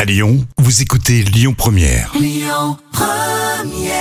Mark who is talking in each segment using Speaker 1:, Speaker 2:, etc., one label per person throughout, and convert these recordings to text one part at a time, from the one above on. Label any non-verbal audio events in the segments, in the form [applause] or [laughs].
Speaker 1: À Lyon, vous écoutez Lyon Première. Lyon Première.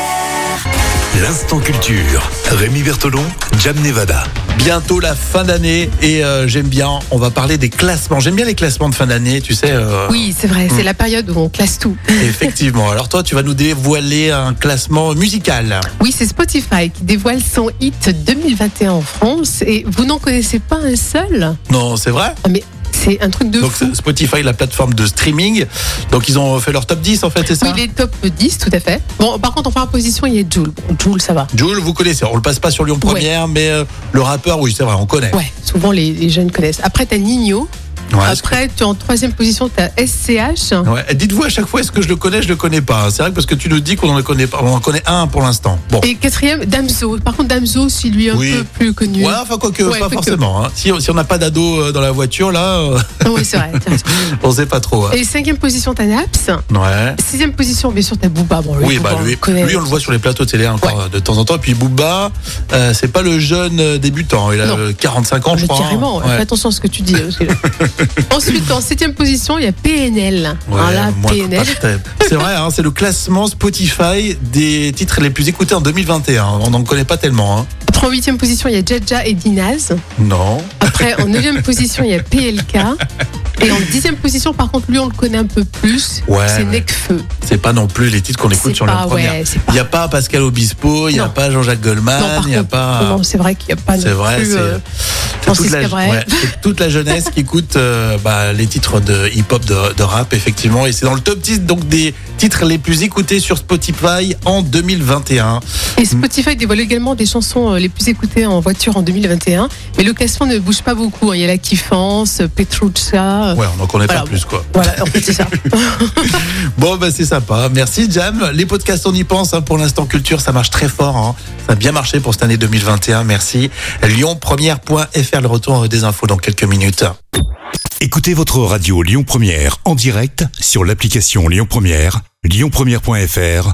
Speaker 1: L'instant culture. Rémi Bertolon, Jam Nevada.
Speaker 2: Bientôt la fin d'année et euh, j'aime bien, on va parler des classements. J'aime bien les classements de fin d'année, tu sais. euh,
Speaker 3: Oui, c'est vrai, c'est la période où on classe tout.
Speaker 2: [laughs] Effectivement. Alors toi, tu vas nous dévoiler un classement musical.
Speaker 3: Oui, c'est Spotify qui dévoile son hit 2021 en France et vous n'en connaissez pas un seul
Speaker 2: Non, c'est vrai
Speaker 3: Ah, Mais c'est un truc de
Speaker 2: Donc
Speaker 3: fou.
Speaker 2: c'est Spotify, la plateforme de streaming. Donc ils ont fait leur top 10 en fait, c'est ça
Speaker 3: Oui, les top 10, tout à fait. Bon, par contre, en première position, il y a Joule. Bon, Joule, ça va.
Speaker 2: Jules, vous connaissez. On le passe pas sur Lyon Première, mais euh, le rappeur, oui, c'est vrai, on connaît.
Speaker 3: Ouais, souvent les, les jeunes connaissent. Après, t'as Nino.
Speaker 2: Ouais, est-ce
Speaker 3: Après, tu en troisième position, t'as SCH.
Speaker 2: que- ouais. Dites-vous à chaque fois, est-ce que je le connais, je le connais pas. C'est vrai parce que tu nous dis qu'on en connaît pas. On en connaît un pour l'instant. Bon.
Speaker 3: Et quatrième, Damso. Par contre, Damso, c'est lui un
Speaker 2: Oui.
Speaker 3: peu plus connu.
Speaker 2: Ouais, enfin, quoique,
Speaker 3: Ouais,
Speaker 2: pas
Speaker 3: quoique.
Speaker 2: forcément. hein. Si, si on n'a pas d'ado euh, dans la voiture, là, euh,
Speaker 3: Ah ouais, c'est vrai.
Speaker 2: [laughs]
Speaker 3: t'as raison.
Speaker 2: on sait pas trop. hein.
Speaker 3: Et cinquième position, t'as Naps.
Speaker 2: Ouais.
Speaker 3: Sixième position, bien sûr, t'as Booba. Bon, lui,
Speaker 2: Oui,
Speaker 3: Booba,
Speaker 2: bah
Speaker 3: on
Speaker 2: lui,
Speaker 3: connaît.
Speaker 2: lui, on le voit sur les plateaux de télé encore euh, de temps en temps. Et puis Booba, euh, c'est pas le jeune euh, débutant. Il a
Speaker 3: Non.
Speaker 2: euh, 45 ans, je
Speaker 3: Mais
Speaker 2: crois. hein.
Speaker 3: carrément,
Speaker 2: Ouais.
Speaker 3: fais attention à ce que tu dis. hein,
Speaker 2: [laughs]
Speaker 3: parce que- Ensuite, en septième position, il y a PNL.
Speaker 2: Ouais,
Speaker 3: Alors là,
Speaker 2: moi,
Speaker 3: PNL.
Speaker 2: pas de tête. C'est vrai, hein, c'est le classement Spotify des titres les plus écoutés en 2021. On n'en connaît pas tellement. hein.
Speaker 3: Après, en huitième position, il y a Jaja et Dinaz.
Speaker 2: Non.
Speaker 3: Après, en neuvième position, il y a PLK. Et en dixième position, par contre, lui, on le connaît un peu plus.
Speaker 2: Ouais,
Speaker 3: c'est
Speaker 2: mais
Speaker 3: Necfeu.
Speaker 2: C'est pas non plus les titres qu'on écoute
Speaker 3: C'est
Speaker 2: sur la
Speaker 3: pas,
Speaker 2: première.
Speaker 3: ouais, c'est
Speaker 2: Il
Speaker 3: pas.
Speaker 2: n'y a pas Pascal Obispo, il n'y a
Speaker 3: Non.
Speaker 2: pas Jean-Jacques
Speaker 3: Non,
Speaker 2: Goldman,
Speaker 3: par
Speaker 2: il n'y a
Speaker 3: contre,
Speaker 2: pas.
Speaker 3: non, c'est vrai qu'il n'y a pas
Speaker 2: C'est
Speaker 3: non
Speaker 2: vrai,
Speaker 3: plus,
Speaker 2: c'est
Speaker 3: euh,
Speaker 2: c'est toute,
Speaker 3: Francis
Speaker 2: la,
Speaker 3: Cabrel.
Speaker 2: ouais, c'est toute la jeunesse qui écoute euh, bah, les titres de hip-hop, de, de rap, effectivement. Et c'est dans le top 10 donc, des titres les plus écoutés sur Spotify en 2021.
Speaker 3: Et Spotify dévoile également des chansons euh, les plus écoutées en voiture en 2021. Mais le classement ne bouge pas beaucoup. hein. Il y a La Kiffance, Petruccia.
Speaker 2: Ouais, on n'en connaît
Speaker 3: Voilà,
Speaker 2: pas plus, quoi.
Speaker 3: Voilà, en fait, c'est ça.
Speaker 2: Bon, bah, c'est sympa. Merci, Jam. Les podcasts, on y pense. hein. Pour l'instant, culture, ça marche très fort. hein. Ça a bien marché pour cette année 2021. Merci. Lyonpremière.fr, le retour des infos dans quelques minutes.
Speaker 1: Écoutez votre radio Lyon Première en direct sur l'application Lyon Première, lyonpremière.fr